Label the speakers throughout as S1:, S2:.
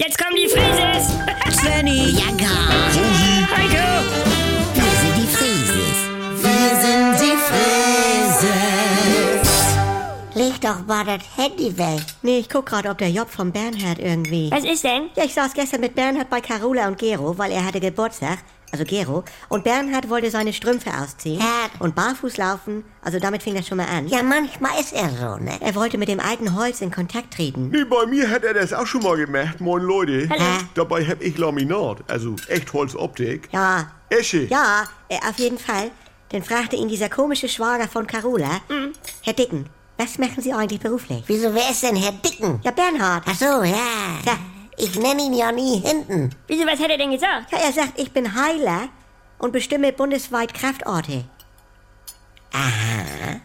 S1: Jetzt kommen die Frieses!
S2: Svenny,
S3: Ja, gar.
S1: Heiko!
S3: Wir sind die Frieses. Wir sind die Frieses. Leg doch mal das Handy weg.
S2: nee, ich guck gerade, ob der Job vom Bernhard irgendwie.
S1: Was ist denn?
S2: Ja, ich saß gestern mit Bernhard bei Carola und Gero, weil er hatte Geburtstag, also Gero, und Bernhard wollte seine Strümpfe ausziehen
S3: Herr.
S2: und barfuß laufen, also damit fing das schon mal an.
S3: Ja, manchmal ist er so, ne?
S2: Er wollte mit dem alten Holz in Kontakt treten.
S4: Nee, bei mir hat er das auch schon mal gemacht. Moin Leute.
S1: Hallo.
S4: Dabei hab ich Laminat, also Echtholzoptik.
S2: Ja,
S4: Esche.
S2: ja, äh, auf jeden Fall. Dann fragte ihn dieser komische Schwager von Carola, Herr Dicken, was machen Sie eigentlich beruflich?
S3: Mhm. Wieso, wer ist denn Herr Dicken?
S2: Ja, Bernhard.
S3: Ach so, ja.
S2: Ja.
S3: Ich nenne ihn ja nie hinten.
S1: Wieso, was hat er denn gesagt?
S2: Ja, er sagt, ich bin Heiler und bestimme bundesweit Kraftorte. Aha.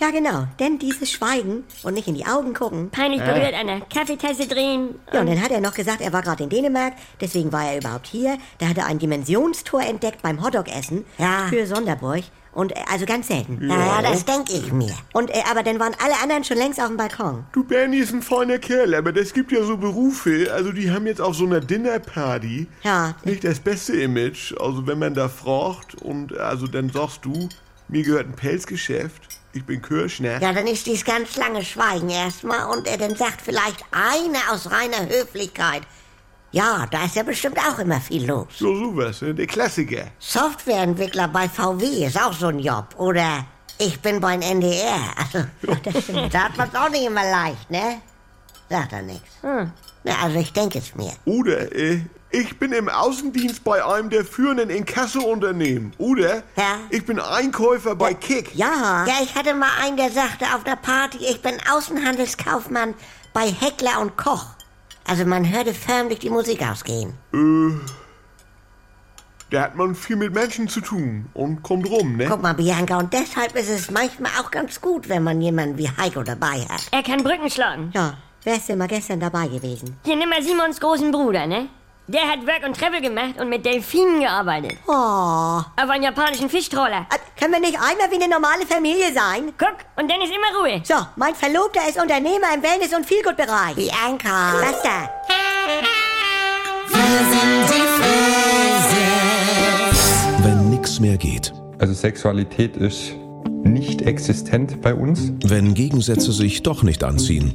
S2: Ja, genau. Denn dieses Schweigen und nicht in die Augen gucken.
S1: Peinlich berührt an der Kaffeetasse drehen.
S2: Ja,
S3: Ähm.
S2: und dann hat er noch gesagt, er war gerade in Dänemark, deswegen war er überhaupt hier. Da hat er ein Dimensionstor entdeckt beim Hotdog-Essen
S3: Ja.
S2: für Sonderburg. Und äh, also ganz selten.
S3: Ja, das denke ich mir.
S2: Und äh, aber dann waren alle anderen schon längst auf dem Balkon.
S4: Du, Bernie ist ein feiner Kerl, aber das gibt ja so Berufe. Also, die haben jetzt auf so einer Dinnerparty
S2: Ja.
S4: nicht das beste Image. Also, wenn man da fragt und also dann sagst du, mir gehört ein Pelzgeschäft, ich bin Kirschner.
S3: Ja, dann ist dies ganz lange Schweigen erstmal und er dann sagt vielleicht einer aus reiner Höflichkeit. Ja, da ist ja bestimmt auch immer viel los.
S4: So, sowas, ne? der Klassiker.
S3: Softwareentwickler bei VW ist auch so ein Job. Oder ich bin beim NDR. Also, da hat man es auch nicht immer leicht, ne? Sagt er nichts.
S2: Hm.
S3: Na, also ich denke es mir.
S4: Oder, äh, ich bin im Außendienst bei einem der führenden Inkasso-Unternehmen. Oder,
S3: Ja.
S4: ich bin Einkäufer bei Kick.
S2: Ja.
S3: Ja, ich hatte mal einen, der sagte auf der Party, ich bin Außenhandelskaufmann bei Heckler und Koch. Also man hörte förmlich die Musik ausgehen.
S4: Da hat man viel mit Menschen zu tun und kommt rum, ne?
S3: Guck mal, Bianca, und deshalb ist es manchmal auch ganz gut, wenn man jemanden wie Heiko dabei hat.
S1: Er kann Brücken schlagen.
S2: Ja. Wer ist denn mal gestern dabei gewesen?
S1: Hier, nimm mal Simons großen Bruder, ne? Der hat Work und Travel gemacht und mit Delfinen gearbeitet.
S2: Oh.
S1: Auf einem japanischen Fischtroller.
S2: Äh, Können wir nicht einmal wie eine normale Familie sein?
S1: Guck, und dann ist immer Ruhe.
S2: So, mein Verlobter ist Unternehmer im Wellness- und Feelgood-Bereich.
S3: Bianca!
S2: Was da?
S5: Wenn nix mehr geht.
S6: Also Sexualität ist nicht existent bei uns.
S5: Wenn Gegensätze sich doch nicht anziehen.